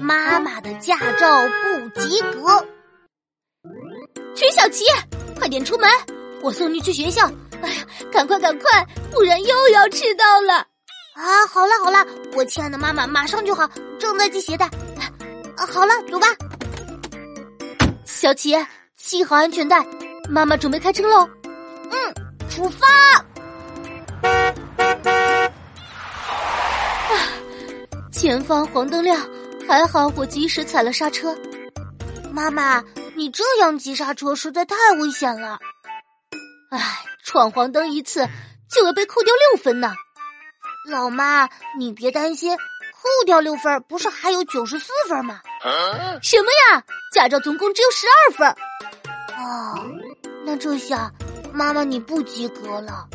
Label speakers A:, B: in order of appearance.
A: 妈妈的驾照不及格。
B: 曲小琪，快点出门，我送你去学校。哎呀，赶快赶快，不然又要迟到了。
A: 啊，好了好了，我亲爱的妈妈，马上就好，正在系鞋带。啊，好了，走吧。
B: 小琪，系好安全带，妈妈准备开车喽。
A: 嗯，出发。
B: 前方黄灯亮，还好我及时踩了刹车。
A: 妈妈，你这样急刹车实在太危险了。
B: 唉，闯黄灯一次就要被扣掉六分呢。
A: 老妈，你别担心，扣掉六分不是还有九十四分吗？
B: 啊、什么呀？驾照总共只有十二分。
A: 哦，那这下妈妈你不及格了。